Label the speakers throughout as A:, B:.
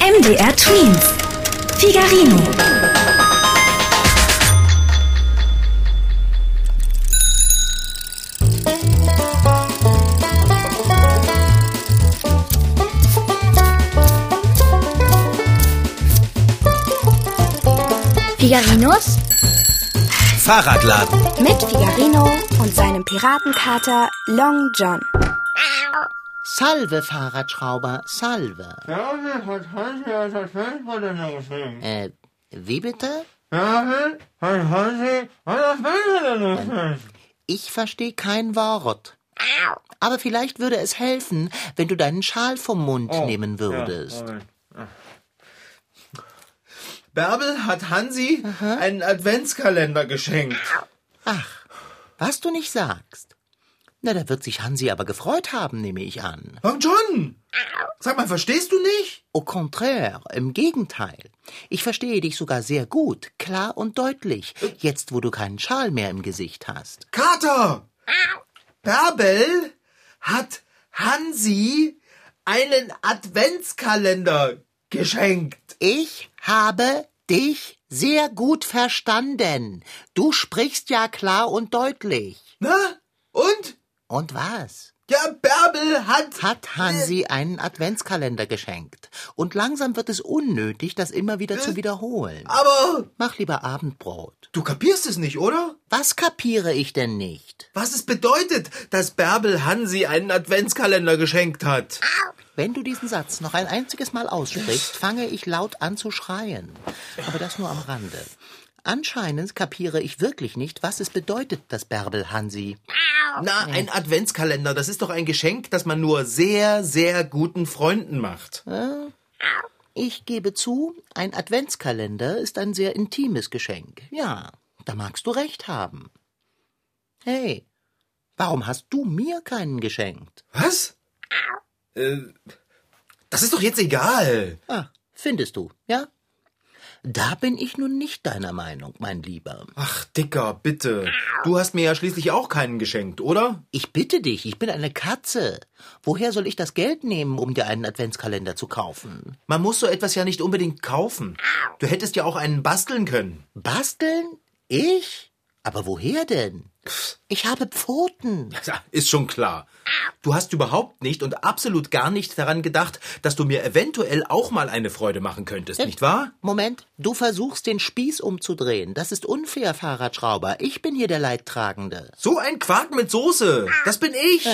A: MDR Twins. Figarino. Figarinos
B: Fahrradladen.
A: mit Figarino und seinem Piratenkater Long John.
C: Salve, Fahrradschrauber, salve. Äh, wie bitte? Ich verstehe kein Wort. Aber vielleicht würde es helfen, wenn du deinen Schal vom Mund
D: Oh,
C: nehmen würdest.
D: Bärbel hat Hansi einen Adventskalender geschenkt.
C: Was du nicht sagst. Na, da wird sich Hansi aber gefreut haben, nehme ich an.
D: Oh, John! Sag mal, verstehst du nicht?
C: Au contraire, im Gegenteil. Ich verstehe dich sogar sehr gut, klar und deutlich, jetzt wo du keinen Schal mehr im Gesicht hast.
D: Kater! Bärbel hat Hansi einen Adventskalender geschenkt.
C: Ich habe dich sehr gut verstanden. Du sprichst ja klar und deutlich.
D: Na? ne? Und?
C: Und was?
D: Ja, Bärbel hat...
C: Hat Hansi einen Adventskalender geschenkt. Und langsam wird es unnötig, das immer wieder zu wiederholen.
D: Aber
C: Mach lieber Abendbrot.
D: du kapierst es nicht, oder?
C: Was kapiere ich denn nicht?
D: Was es bedeutet, dass Bärbel Hansi einen Adventskalender geschenkt hat.
C: Wenn du diesen Satz noch ein einziges Mal aussprichst, fange ich laut an zu schreien. Aber das nur am Rande. Anscheinend kapiere ich wirklich nicht, was es bedeutet, das Bärbel Hansi.
D: Na, ein Adventskalender, das ist doch ein Geschenk, das man nur sehr, sehr guten Freunden macht.
C: Ich gebe zu, ein Adventskalender ist ein sehr intimes Geschenk. Ja, da magst du recht haben. Hey, warum hast du mir keinen geschenkt?
D: Was? Äh, das ist doch jetzt egal.
C: Ah, findest du, ja? Da bin ich nun nicht deiner Meinung, mein Lieber.
D: Ach, Dicker, bitte. Du hast mir ja schließlich auch keinen geschenkt, oder?
C: Ich bitte dich, ich bin eine Katze. Woher soll ich das Geld nehmen, um dir einen Adventskalender zu kaufen?
D: Man muss so etwas ja nicht unbedingt kaufen. Du hättest ja auch einen basteln können.
C: Basteln? Ich? Aber woher denn? Ich habe Pfoten.
D: Ja, ist schon klar. Du hast überhaupt nicht und absolut gar nicht daran gedacht, dass du mir eventuell auch mal eine Freude machen könntest, nicht wahr?
C: Moment, du versuchst den Spieß umzudrehen. Das ist unfair, Fahrradschrauber. Ich bin hier der Leidtragende.
D: So ein Quark mit Soße. Das bin ich.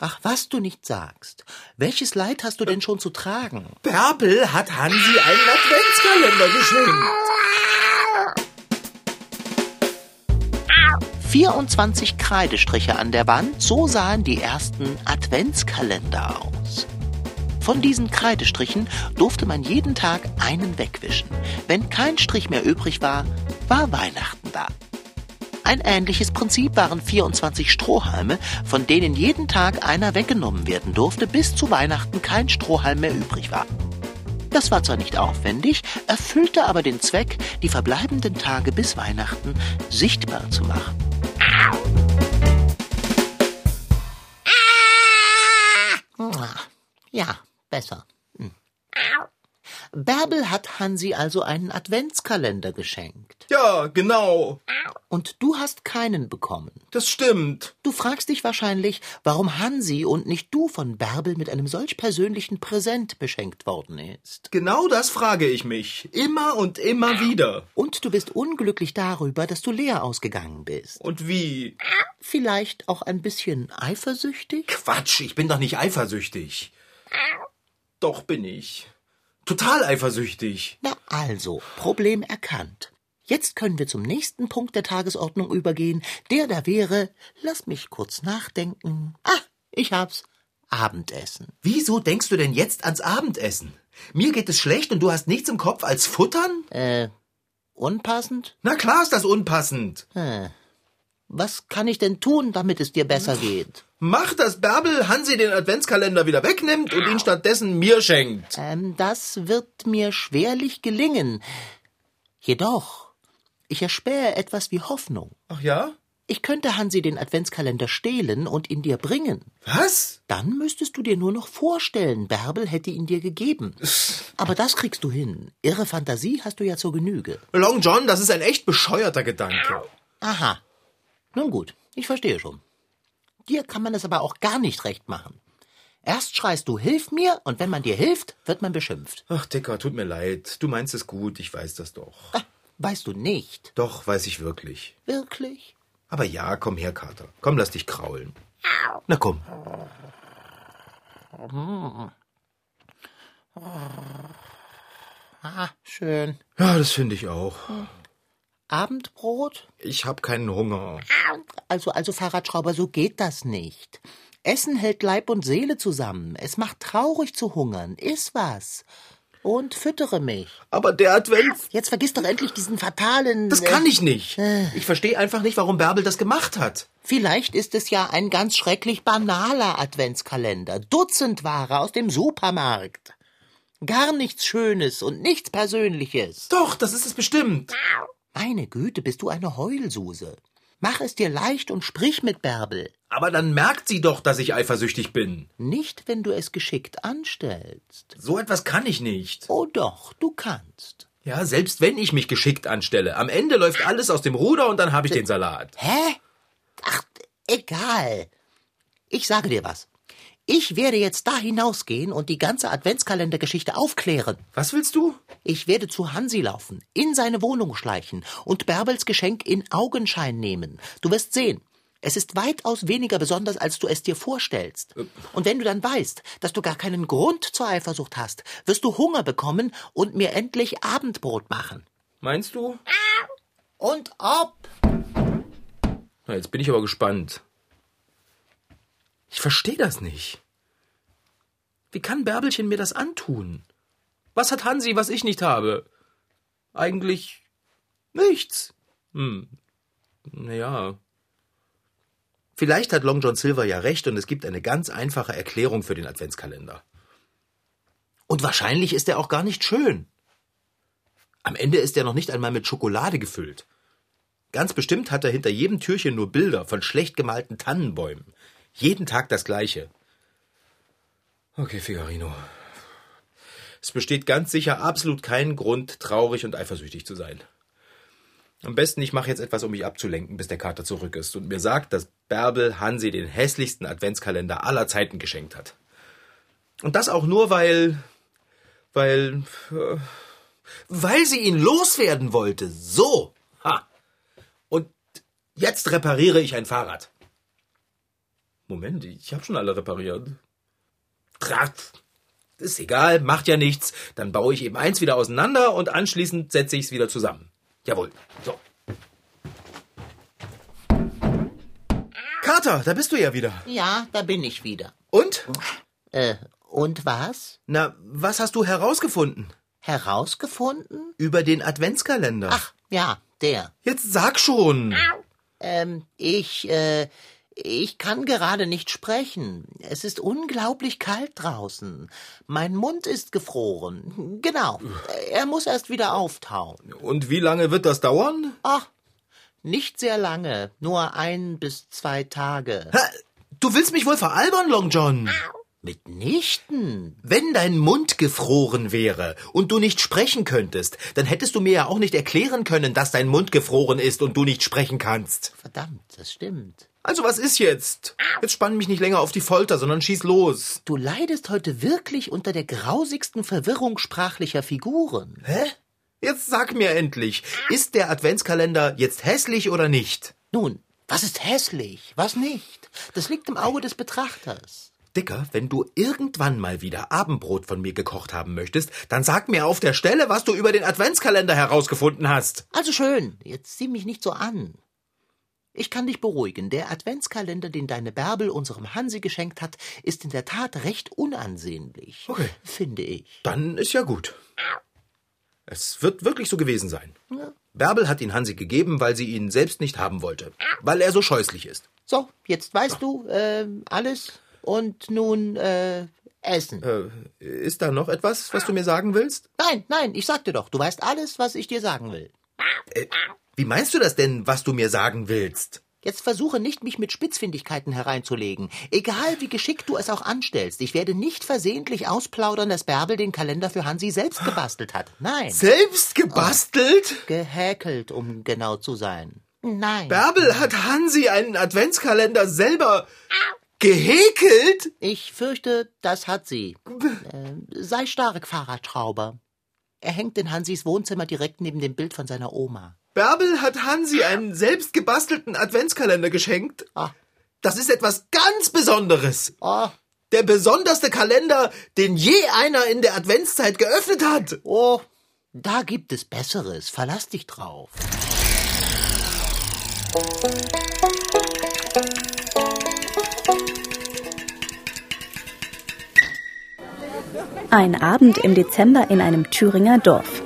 C: Ach, was du nicht sagst. Welches Leid hast du denn schon zu tragen?
D: Bärbel hat Hansi einen Adventskalender geschenkt.
C: 24 Kreidestriche an der Wand, so sahen die ersten Adventskalender aus. Von diesen Kreidestrichen durfte man jeden Tag einen wegwischen. Wenn kein Strich mehr übrig war, war Weihnachten da. Ein ähnliches Prinzip waren 24 Strohhalme, von denen jeden Tag einer weggenommen werden durfte, bis zu Weihnachten kein Strohhalm mehr übrig war. Das war zwar nicht aufwendig, erfüllte aber den Zweck, die verbleibenden Tage bis Weihnachten sichtbar zu machen. Ja, besser. Hm. Bärbel hat Hansi also einen Adventskalender geschenkt.
D: Ja, genau.
C: Und du hast keinen bekommen.
D: Das stimmt.
C: Du fragst dich wahrscheinlich, warum Hansi und nicht du von Bärbel mit einem solch persönlichen Präsent beschenkt worden ist.
D: Genau das frage ich mich. Immer und immer wieder.
C: Und du bist unglücklich darüber, dass du leer ausgegangen bist.
D: Und wie?
C: Vielleicht auch ein bisschen eifersüchtig?
D: Quatsch, ich bin doch nicht eifersüchtig. Doch bin ich. Total eifersüchtig.
C: Na also, Problem erkannt. Jetzt können wir zum nächsten Punkt der Tagesordnung übergehen, der da wäre, lass mich kurz nachdenken. Ah, ich hab's. Abendessen.
D: Wieso denkst du denn jetzt ans Abendessen? Mir geht es schlecht und du hast nichts im Kopf als Futtern?
C: Äh, unpassend?
D: Na klar ist das unpassend.
C: Was kann ich denn tun, damit es dir besser geht?
D: Mach, dass Bärbel Hansi den Adventskalender wieder wegnimmt und ihn stattdessen mir schenkt.
C: Ähm, das wird mir schwerlich gelingen. Jedoch, ich erspähe etwas wie Hoffnung.
D: Ach ja?
C: Ich könnte Hansi den Adventskalender stehlen und ihn dir bringen.
D: Was?
C: Dann müsstest du dir nur noch vorstellen, Bärbel hätte ihn dir gegeben. Aber das kriegst du hin. Irre Fantasie hast du ja zur Genüge.
D: Long John, das ist ein echt bescheuerter Gedanke.
C: Aha. Nun gut, ich verstehe schon. Dir kann man es aber auch gar nicht recht machen. Erst schreist du Hilf mir, und wenn man dir hilft, wird man beschimpft.
D: Ach, Dicker, tut mir leid. Du meinst es gut, ich weiß das doch.
C: Ah, weißt du nicht.
D: Doch, weiß ich wirklich.
C: Wirklich?
D: Aber ja, komm her, Kater. Komm, lass dich kraulen. Na komm.
C: Ah, schön.
D: Ja, das finde ich auch.
C: Abendbrot?
D: Ich hab keinen Hunger.
C: Also, also, Fahrradschrauber, so geht das nicht. Essen hält Leib und Seele zusammen. Es macht traurig zu hungern. Iss was. Und füttere mich.
D: Aber der Advents...
C: Jetzt vergiss doch endlich diesen fatalen. äh,
D: Das kann ich nicht. Ich verstehe einfach nicht, warum Bärbel das gemacht hat.
C: Vielleicht ist es ja ein ganz schrecklich banaler Adventskalender. Dutzendware aus dem Supermarkt. Gar nichts Schönes und nichts Persönliches.
D: Doch, das ist es bestimmt.
C: Meine Güte, bist du eine Heulsuse. Mach es dir leicht und sprich mit Bärbel.
D: Aber dann merkt sie doch, dass ich eifersüchtig bin.
C: Nicht, wenn du es geschickt anstellst.
D: So etwas kann ich nicht.
C: Oh doch, du kannst.
D: Ja, selbst wenn ich mich geschickt anstelle. Am Ende läuft alles aus dem Ruder und dann habe ich den Salat.
C: Hä? Ach, egal. Ich sage dir was. Ich werde jetzt da hinausgehen und die ganze Adventskalendergeschichte aufklären.
D: Was willst du?
C: Ich werde zu Hansi laufen, in seine Wohnung schleichen und Bärbels Geschenk in Augenschein nehmen. Du wirst sehen. Es ist weitaus weniger besonders, als du es dir vorstellst. Und wenn du dann weißt, dass du gar keinen Grund zur Eifersucht hast, wirst du Hunger bekommen und mir endlich Abendbrot machen.
D: Meinst du?
C: Und ob.
D: Na, jetzt bin ich aber gespannt. Ich verstehe das nicht. Wie kann Bärbelchen mir das antun? Was hat Hansi, was ich nicht habe? Eigentlich nichts. Hm. Naja. Vielleicht hat Long John Silver ja recht und es gibt eine ganz einfache Erklärung für den Adventskalender. Und wahrscheinlich ist er auch gar nicht schön. Am Ende ist er noch nicht einmal mit Schokolade gefüllt. Ganz bestimmt hat er hinter jedem Türchen nur Bilder von schlecht gemalten Tannenbäumen. Jeden Tag das gleiche. Okay, Figarino. Es besteht ganz sicher absolut kein Grund, traurig und eifersüchtig zu sein. Am besten, ich mache jetzt etwas, um mich abzulenken, bis der Kater zurück ist und mir sagt, dass Bärbel Hansi den hässlichsten Adventskalender aller Zeiten geschenkt hat. Und das auch nur, weil. weil. äh, weil sie ihn loswerden wollte. So! Ha! Und jetzt repariere ich ein Fahrrad. Moment, ich habe schon alle repariert. Tratsch. Ist egal, macht ja nichts. Dann baue ich eben eins wieder auseinander und anschließend setze ich es wieder zusammen. Jawohl. So. Kater, da bist du ja wieder.
C: Ja, da bin ich wieder.
D: Und?
C: Äh, und was?
D: Na, was hast du herausgefunden?
C: Herausgefunden?
D: Über den Adventskalender.
C: Ach, ja, der.
D: Jetzt sag schon.
C: Ähm, ich, äh, ich kann gerade nicht sprechen. Es ist unglaublich kalt draußen. Mein Mund ist gefroren. Genau. Er muss erst wieder auftauen.
D: Und wie lange wird das dauern?
C: Ach, nicht sehr lange. Nur ein bis zwei Tage.
D: Hä? Du willst mich wohl veralbern, Long John.
C: Mitnichten.
D: Wenn dein Mund gefroren wäre und du nicht sprechen könntest, dann hättest du mir ja auch nicht erklären können, dass dein Mund gefroren ist und du nicht sprechen kannst.
C: Verdammt, das stimmt.
D: Also was ist jetzt? Jetzt spann mich nicht länger auf die Folter, sondern schieß los.
C: Du leidest heute wirklich unter der grausigsten Verwirrung sprachlicher Figuren.
D: Hä? Jetzt sag mir endlich, ist der Adventskalender jetzt hässlich oder nicht?
C: Nun, was ist hässlich, was nicht? Das liegt im Auge des Betrachters.
D: Dicker, wenn du irgendwann mal wieder Abendbrot von mir gekocht haben möchtest, dann sag mir auf der Stelle, was du über den Adventskalender herausgefunden hast.
C: Also schön, jetzt sieh mich nicht so an. Ich kann dich beruhigen, der Adventskalender, den deine Bärbel unserem Hansi geschenkt hat, ist in der Tat recht unansehnlich,
D: Okay.
C: finde ich.
D: Dann ist ja gut. Es wird wirklich so gewesen sein. Bärbel hat ihn Hansi gegeben, weil sie ihn selbst nicht haben wollte. Weil er so scheußlich ist.
C: So, jetzt weißt du ähm, alles und nun äh, essen.
D: Ist da noch etwas, was du mir sagen willst?
C: Nein, nein, ich sagte doch, du weißt alles, was ich dir sagen will.
D: Wie meinst du das denn, was du mir sagen willst?
C: Jetzt versuche nicht, mich mit Spitzfindigkeiten hereinzulegen. Egal, wie geschickt du es auch anstellst, ich werde nicht versehentlich ausplaudern, dass Bärbel den Kalender für Hansi selbst gebastelt hat. Nein.
D: Selbst gebastelt?
C: Gehäkelt, um genau zu sein. Nein.
D: Bärbel hat Hansi einen Adventskalender selber gehäkelt?
C: Ich fürchte, das hat sie. Äh, sei stark, Fahrradschrauber. Er hängt in Hansis Wohnzimmer direkt neben dem Bild von seiner Oma.
D: Bärbel hat Hansi einen selbst gebastelten Adventskalender geschenkt.
C: Ah.
D: Das ist etwas ganz Besonderes.
C: Oh,
D: Der besonderste Kalender, den je einer in der Adventszeit geöffnet hat.
C: oh, da gibt es Besseres. Verlass dich drauf.
E: Ein Abend im Dezember in einem Thüringer Dorf.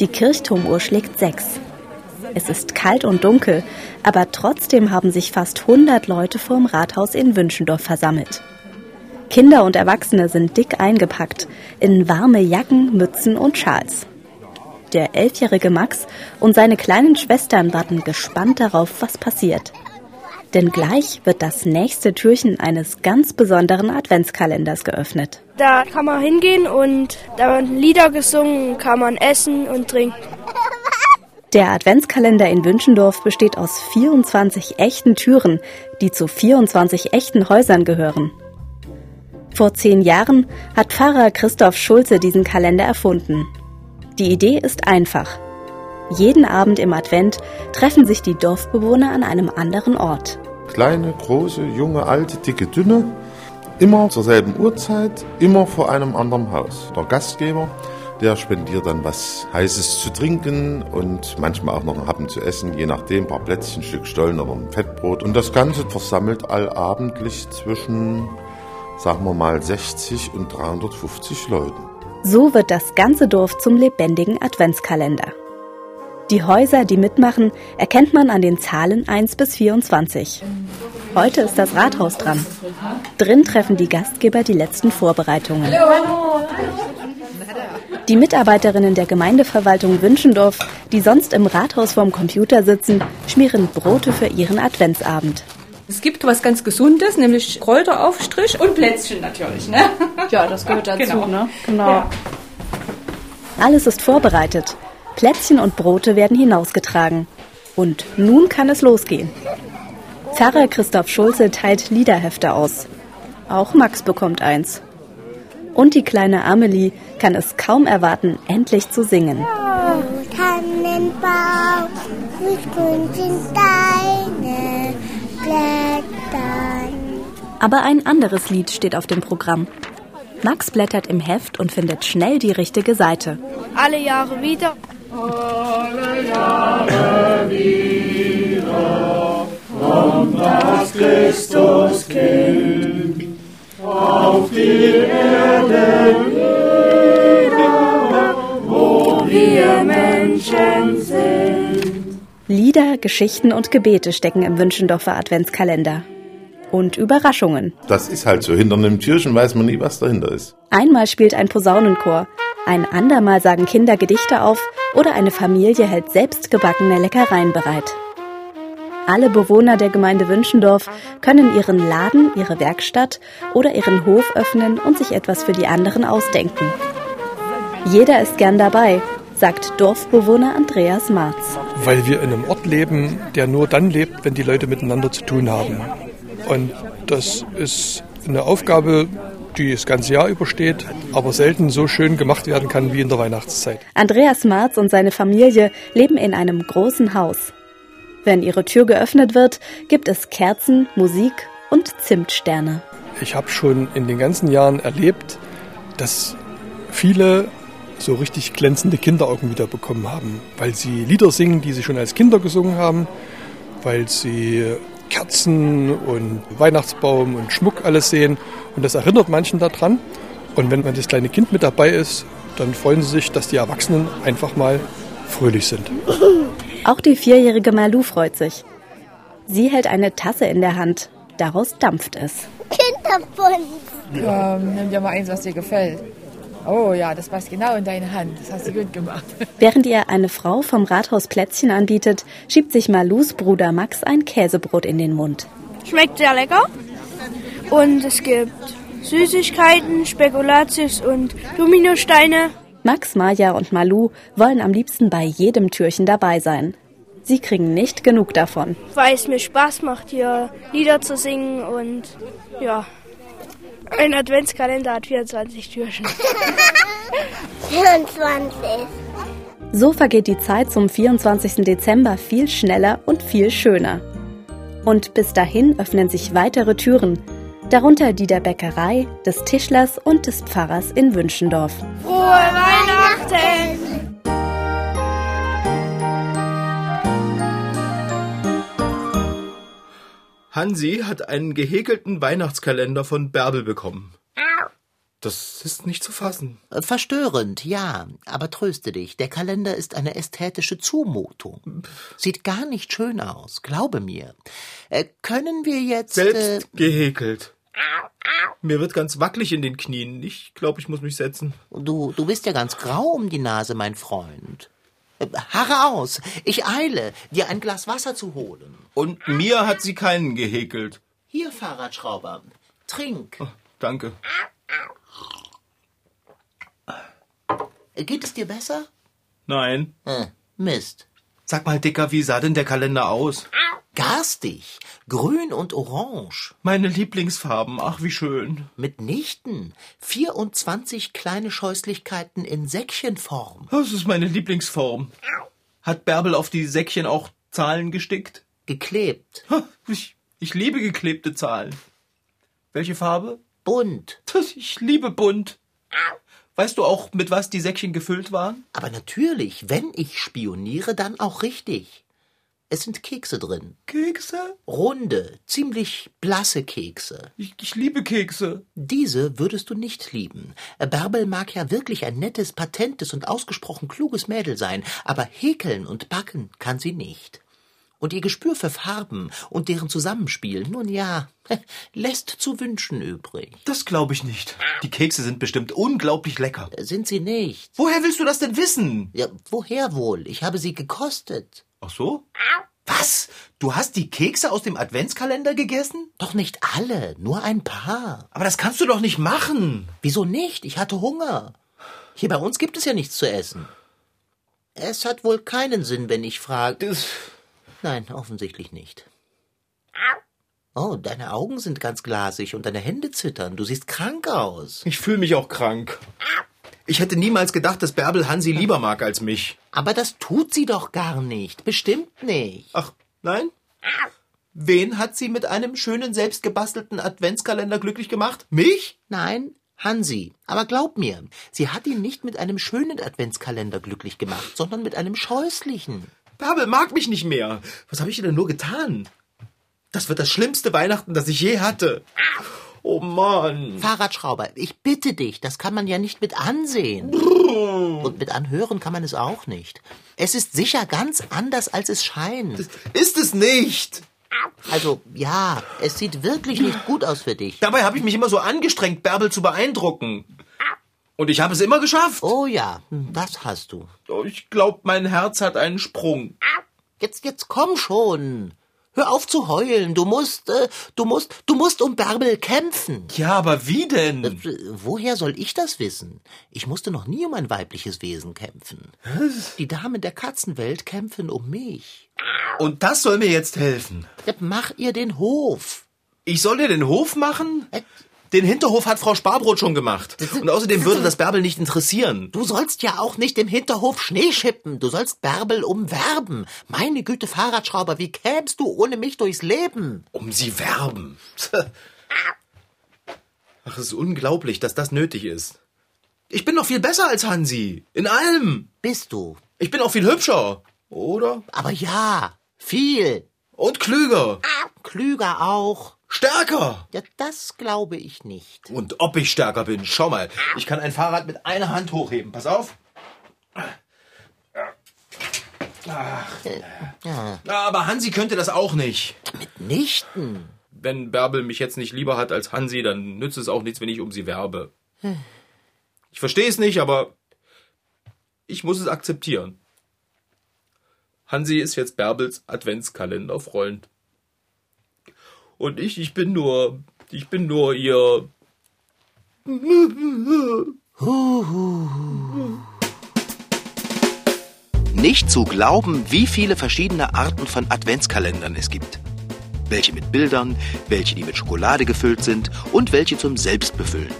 E: Die Kirchturmuhr schlägt sechs. Es ist kalt und dunkel, aber trotzdem haben sich fast 100 Leute vorm Rathaus in Wünschendorf versammelt. Kinder und Erwachsene sind dick eingepackt in warme Jacken, Mützen und Schals. Der elfjährige Max und seine kleinen Schwestern warten gespannt darauf, was passiert. Denn gleich wird das nächste Türchen eines ganz besonderen Adventskalenders geöffnet.
F: Da kann man hingehen und da werden Lieder gesungen, kann man essen und trinken.
E: Der Adventskalender in Wünschendorf besteht aus 24 echten Türen, die zu 24 echten Häusern gehören. Vor zehn Jahren hat Pfarrer Christoph Schulze diesen Kalender erfunden. Die Idee ist einfach. Jeden Abend im Advent treffen sich die Dorfbewohner an einem anderen Ort.
G: Kleine, große, junge, alte, dicke, dünne. Immer zur selben Uhrzeit, immer vor einem anderen Haus. Der Gastgeber, der spendiert dann was Heißes zu trinken und manchmal auch noch einen Happen zu essen, je nachdem, ein paar Plätzchen, ein Stück Stollen oder ein Fettbrot. Und das Ganze versammelt allabendlich zwischen, sagen wir mal, 60 und 350 Leuten.
E: So wird das ganze Dorf zum lebendigen Adventskalender. Die Häuser, die mitmachen, erkennt man an den Zahlen 1 bis 24. Heute ist das Rathaus dran. Drin treffen die Gastgeber die letzten Vorbereitungen. Die Mitarbeiterinnen der Gemeindeverwaltung Wünschendorf, die sonst im Rathaus vorm Computer sitzen, schmieren Brote für ihren Adventsabend.
H: Es gibt was ganz Gesundes, nämlich Kräuteraufstrich und Plätzchen natürlich. Ne?
I: Ja, das gehört dazu,
H: Genau.
I: ne? Genau.
E: Alles ist vorbereitet. Plätzchen und Brote werden hinausgetragen. Und nun kann es losgehen. Pfarrer Christoph Schulze teilt Liederhefte aus. Auch Max bekommt eins. Und die kleine Amelie kann es kaum erwarten, endlich zu singen.
J: Tannenbaum, grün sind deine Blätter.
E: Aber ein anderes Lied steht auf dem Programm. Max blättert im Heft und findet schnell die richtige Seite.
F: Alle Jahre wieder.
E: Lieder, Geschichten und Gebete stecken im Wünschendorfer Adventskalender. Und Überraschungen.
G: Das ist halt so. Hinter einem Türchen weiß man nie, was dahinter ist.
E: Einmal spielt ein Posaunenchor, ein andermal sagen Kinder Gedichte auf oder eine Familie hält selbstgebackene Leckereien bereit. Alle Bewohner der Gemeinde Wünschendorf können ihren Laden, ihre Werkstatt oder ihren Hof öffnen und sich etwas für die anderen ausdenken. Jeder ist gern dabei, sagt Dorfbewohner Andreas Marz.
K: weil wir in einem Ort leben, der nur dann lebt, wenn die Leute miteinander zu tun haben. Und das ist eine Aufgabe, die das ganze Jahr übersteht, aber selten so schön gemacht werden kann wie in der Weihnachtszeit.
E: Andreas Marz und seine Familie leben in einem großen Haus. Wenn ihre Tür geöffnet wird, gibt es Kerzen, Musik und Zimtsterne.
K: Ich habe schon in den ganzen Jahren erlebt, dass viele so richtig glänzende Kinderaugen wieder bekommen haben, weil sie Lieder singen, die sie schon als Kinder gesungen haben, weil sie Kerzen und Weihnachtsbaum und Schmuck alles sehen und das erinnert manchen daran. Und wenn man das kleine Kind mit dabei ist, dann freuen sie sich, dass die Erwachsenen einfach mal fröhlich sind.
E: Auch die vierjährige Malou freut sich. Sie hält eine Tasse in der Hand. Daraus dampft es.
J: Kinderbund.
I: Ähm, nimm dir mal eins, was dir gefällt. Oh ja, das passt genau in deine Hand. Das hast du gut gemacht.
E: Während ihr eine Frau vom Rathaus Plätzchen anbietet, schiebt sich Malus Bruder Max ein Käsebrot in den Mund.
F: Schmeckt sehr lecker. Und es gibt Süßigkeiten, Spekulatius und Dominosteine.
E: Max, Maja und Malu wollen am liebsten bei jedem Türchen dabei sein. Sie kriegen nicht genug davon.
F: Weil es mir Spaß macht, hier Lieder zu singen und ja. Ein Adventskalender hat 24 Türchen.
J: 24.
E: So vergeht die Zeit zum 24. Dezember viel schneller und viel schöner. Und bis dahin öffnen sich weitere Türen, darunter die der Bäckerei, des Tischlers und des Pfarrers in Wünschendorf.
F: Frohe Weihnachten!
D: Hansi hat einen gehäkelten Weihnachtskalender von Bärbel bekommen. Das ist nicht zu fassen.
C: Verstörend, ja, aber tröste dich, der Kalender ist eine ästhetische Zumutung. Sieht gar nicht schön aus, glaube mir. Äh, können wir jetzt. äh,
D: Selbst gehäkelt. Mir wird ganz wackelig in den Knien. Ich glaube, ich muss mich setzen.
C: Du, du bist ja ganz grau um die Nase, mein Freund. Äh, Harre aus, ich eile, dir ein Glas Wasser zu holen.
D: Und mir hat sie keinen gehäkelt.
C: Hier, Fahrradschrauber, trink.
D: Oh, Danke.
C: Äh, Geht es dir besser?
D: Nein.
C: Äh, Mist.
D: Sag mal, Dicker, wie sah denn der Kalender aus?
C: Garstig, grün und orange.
D: Meine Lieblingsfarben, ach wie schön.
C: Mitnichten. 24 kleine Scheußlichkeiten in Säckchenform.
D: Das ist meine Lieblingsform. Hat Bärbel auf die Säckchen auch Zahlen gestickt?
C: Geklebt.
D: Ha, Ich, ich liebe geklebte Zahlen. Welche Farbe?
C: Bunt.
D: Das- Ich liebe bunt. Weißt du auch, mit was die Säckchen gefüllt waren?
C: Aber natürlich, wenn ich spioniere, dann auch richtig. Es sind Kekse drin.
D: Kekse?
C: Runde, ziemlich blasse Kekse.
D: Ich, ich liebe Kekse.
C: Diese würdest du nicht lieben. Bärbel mag ja wirklich ein nettes, patentes und ausgesprochen kluges Mädel sein, aber häkeln und backen kann sie nicht. Und ihr Gespür für Farben und deren Zusammenspiel, nun ja, lässt zu wünschen übrig.
D: Das glaube ich nicht. Die Kekse sind bestimmt unglaublich lecker.
C: Sind sie nicht?
D: Woher willst du das denn wissen?
C: Ja, woher wohl? Ich habe sie gekostet.
D: Ach so? Was? Du hast die Kekse aus dem Adventskalender gegessen?
C: Doch nicht alle, nur ein paar.
D: Aber das kannst du doch nicht machen.
C: Wieso nicht? Ich hatte Hunger. Hier bei uns gibt es ja nichts zu essen. Es hat wohl keinen Sinn, wenn ich frage.
D: Das,
C: Nein, offensichtlich nicht. Oh, deine Augen sind ganz glasig und deine Hände zittern. Du siehst krank aus.
D: ich fühle mich auch krank. Ich hätte niemals gedacht, dass Bärbel Hansi lieber mag als mich.
C: Aber das tut sie doch gar nicht. Bestimmt nicht.
D: Ach, nein? Wen hat sie mit einem schönen selbstgebastelten Adventskalender glücklich gemacht? Mich?
C: Nein, Hansi. Aber glaub mir, sie hat ihn nicht mit einem schönen Adventskalender glücklich gemacht, sondern mit einem scheußlichen.
D: Bärbel mag mich nicht mehr. Was habe ich ihr denn nur getan? Das wird das schlimmste Weihnachten, das ich je hatte. Oh Mann.
C: Fahrradschrauber, ich bitte dich, das kann man ja nicht mit ansehen. Und mit anhören kann man es auch nicht. Es ist sicher ganz anders, als es scheint.
D: Ist es nicht.
C: Also, ja, es sieht wirklich nicht gut aus für dich.
D: Dabei habe ich mich immer so angestrengt, Bärbel zu beeindrucken. Und ich habe es immer geschafft. Oh,
C: Oh ja, das hast du.
D: Ich glaube, mein Herz hat einen Sprung.
C: Jetzt, jetzt komm schon. Hör auf zu heulen. Du musst, äh, du musst, du musst um Bärbel kämpfen.
D: Ja, aber wie
C: Äh,
D: denn?
C: Woher soll ich das wissen? Ich musste noch nie um ein weibliches Wesen kämpfen. Die Damen der Katzenwelt kämpfen um mich.
D: Und das soll mir jetzt helfen.
C: Ja, Mach ihr den Hof.
D: Ich soll dir den Hof machen? Den Hinterhof hat Frau Sparbrot schon gemacht. Und außerdem würde das Bärbel nicht interessieren.
C: Du sollst ja auch nicht im Hinterhof Schnee schippen. Du sollst Bärbel umwerben. Meine Güte, Fahrradschrauber, wie kämst du ohne mich durchs Leben?
D: Um sie werben. Ach, es ist unglaublich, dass das nötig ist. Ich bin noch viel besser als Hansi. In allem.
C: Bist du.
D: Ich bin auch viel hübscher. Oder?
C: Aber ja, viel.
D: Und klüger.
C: Klüger auch.
D: Stärker.
C: Ja, das glaube ich nicht.
D: Und ob ich stärker bin, schau mal. Ich kann ein Fahrrad mit einer Hand hochheben. Pass auf.
C: Ja,
D: Aber Hansi könnte das auch nicht.
C: mitnichten.
D: Wenn Bärbel mich jetzt nicht lieber hat als Hansi, dann nützt es auch nichts, wenn ich um sie werbe. Ich verstehe es nicht, aber ich muss es akzeptieren. Hansi ist jetzt Bärbels Adventskalenderfreund. Und ich, ich bin nur, ich bin nur ihr.
C: Nicht zu glauben, wie viele verschiedene Arten von Adventskalendern es gibt. Welche mit Bildern, welche die mit Schokolade gefüllt sind und welche zum Selbstbefüllen.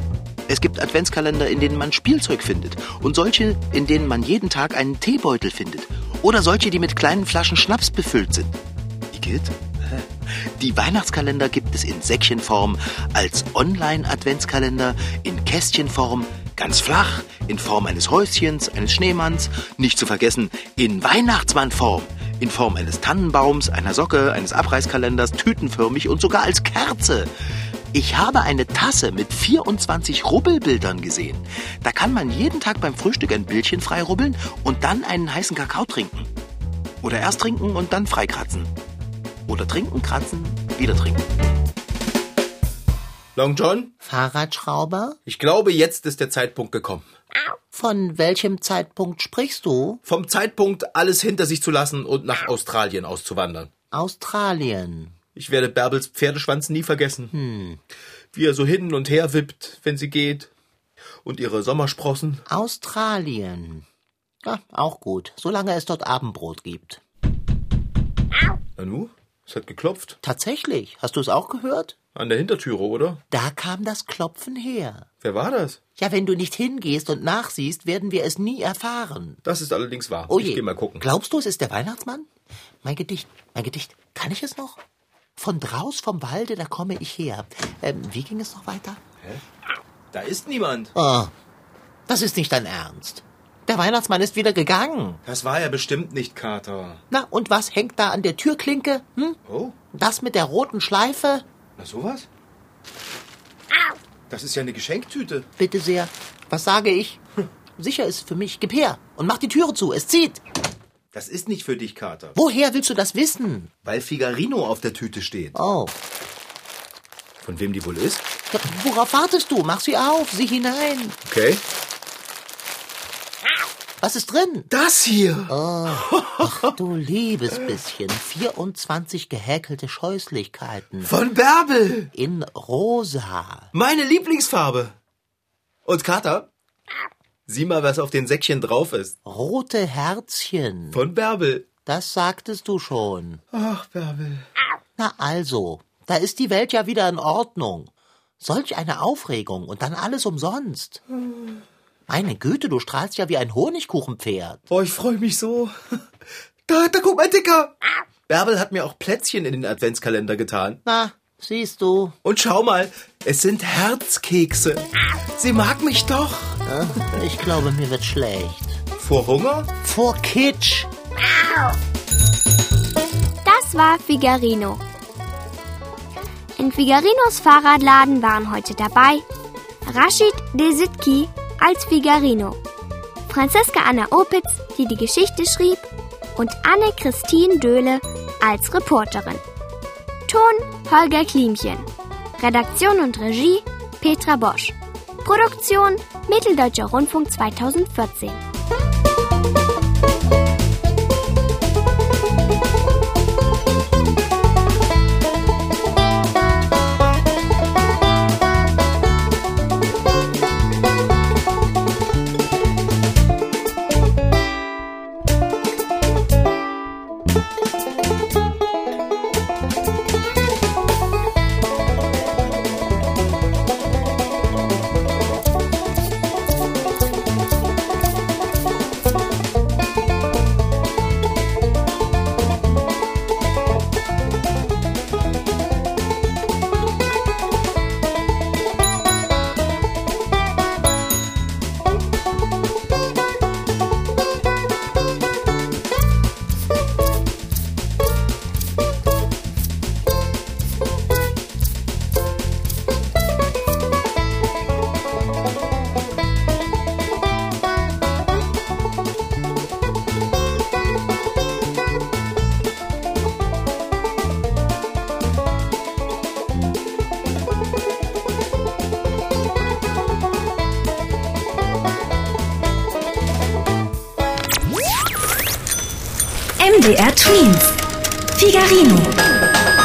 C: Es gibt Adventskalender, in denen man Spielzeug findet und solche, in denen man jeden Tag einen Teebeutel findet oder solche, die mit kleinen Flaschen Schnaps befüllt sind. Igitt? Die Weihnachtskalender gibt es in Säckchenform, um als Online-Adventskalender, in Kästchenform, ganz flach, in Form eines Häuschens, eines Schneemanns, nicht zu vergessen in Weihnachtsmannform, in Form eines Tannenbaums, einer Socke, eines Abreißkalenders, tütenförmig und sogar als Kerze. Ich habe eine Tasse mit 24 Rubbelbildern gesehen. Da kann man jeden Tag beim Frühstück ein Bildchen freirubbeln und dann einen heißen Kakao trinken. Oder erst trinken und dann freikratzen. Oder trinken, kratzen, wieder trinken.
D: Long John,
C: Fahrradschrauber?
D: ich glaube, jetzt ist der Zeitpunkt gekommen.
C: Von welchem Zeitpunkt sprichst du?
D: Vom Zeitpunkt, alles hinter sich zu lassen und nach Australien auszuwandern.
C: Australien.
D: Ich werde Bärbels Pferdeschwanz nie vergessen. Wie er so hin und her wippt, wenn sie geht. Und ihre Sommersprossen.
C: Australien. Ja, auch gut, solange es dort Abendbrot gibt.
D: Nanu, es hat geklopft.
C: Tatsächlich, hast du es auch gehört?
D: An der Hintertüre, oder?
C: Da kam das Klopfen her.
D: Wer war das?
C: Ja, wenn du nicht hingehst und nachsiehst, werden wir es nie erfahren.
D: Das ist allerdings wahr.
C: Oh
D: ich
C: je.
D: geh mal gucken.
C: Glaubst du, es ist der Weihnachtsmann? Mein Gedicht, mein Gedicht, kann ich es noch? Von draus vom Walde, da komme ich her. Ähm, wie ging es noch weiter?
D: Da ist niemand.
C: Oh, das ist nicht dein Ernst. Der Weihnachtsmann ist wieder gegangen.
D: Das war ja bestimmt nicht Kater.
C: Na, und was hängt da an der Türklinke? Hm?
D: Oh,
C: Das mit der roten Schleife?
D: na sowas? Das ist ja eine Geschenktüte.
C: Bitte sehr. Was sage ich? Hm, Sicher ist für mich. Gib her und mach die Türe zu. Es zieht.
D: Das ist nicht für dich, Kater.
C: Woher willst du das wissen?
D: Weil Figarino auf der Tüte steht.
C: Oh.
D: Von wem die wohl ist?
C: Ja, Worauf wartest du? Mach sie auf. Sieh hinein.
D: Okay.
C: Was ist drin?
D: Das hier!
C: Ach du liebes bisschen. 24 gehäkelte Scheußlichkeiten.
D: Von Bärbel!
C: In rosa.
D: Meine Lieblingsfarbe! Und Kater, sieh mal, was auf den Säckchen drauf ist.
C: Rote Herzchen.
D: Von Bärbel.
C: Das sagtest du schon.
D: Ach, Bärbel.
C: Na also, da ist die Welt ja wieder in Ordnung. Solch eine Aufregung und dann alles umsonst. Meine Güte, du strahlst ja wie ein Honigkuchenpferd.
D: Oh, ich freue mich so. Da, da guck mal, Dicker! Bärbel hat mir auch Plätzchen in den Adventskalender getan.
C: Na, siehst du.
D: Und schau mal, es sind Herzkekse. Sie mag mich doch.
C: Ich glaube, mir wird schlecht.
D: Vor Hunger?
C: Vor Kitsch.
L: Das war Figarino. In Figarinos Fahrradladen waren heute dabei Rashid Desitki als Figarino, Franziska Anna Opitz, die die Geschichte schrieb, und Anne-Christine Döhle als Reporterin. Ton Holger Klimchen. Redaktion und Regie Petra Bosch. Produktion Mitteldeutscher Rundfunk 2014.
A: MDR Tweens. Figarino.